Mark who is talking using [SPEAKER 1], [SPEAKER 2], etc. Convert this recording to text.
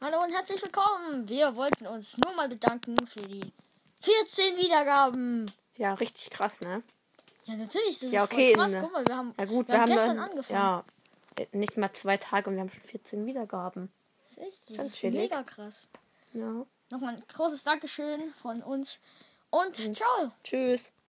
[SPEAKER 1] Hallo und herzlich willkommen. Wir wollten uns nur mal bedanken für die 14 Wiedergaben.
[SPEAKER 2] Ja, richtig krass, ne?
[SPEAKER 1] Ja, natürlich, das
[SPEAKER 2] Ja,
[SPEAKER 1] ist
[SPEAKER 2] okay,
[SPEAKER 1] voll krass.
[SPEAKER 2] ne.
[SPEAKER 1] Guck mal, wir haben,
[SPEAKER 2] Ja gut,
[SPEAKER 1] wir haben gestern angefangen.
[SPEAKER 2] Ja, äh, nicht mal zwei Tage und wir haben schon 14 Wiedergaben.
[SPEAKER 1] Das ist echt, das
[SPEAKER 2] Ganz
[SPEAKER 1] ist
[SPEAKER 2] chillig.
[SPEAKER 1] mega krass.
[SPEAKER 2] Ja.
[SPEAKER 1] Nochmal ein großes Dankeschön von uns und ciao.
[SPEAKER 2] Tschüss.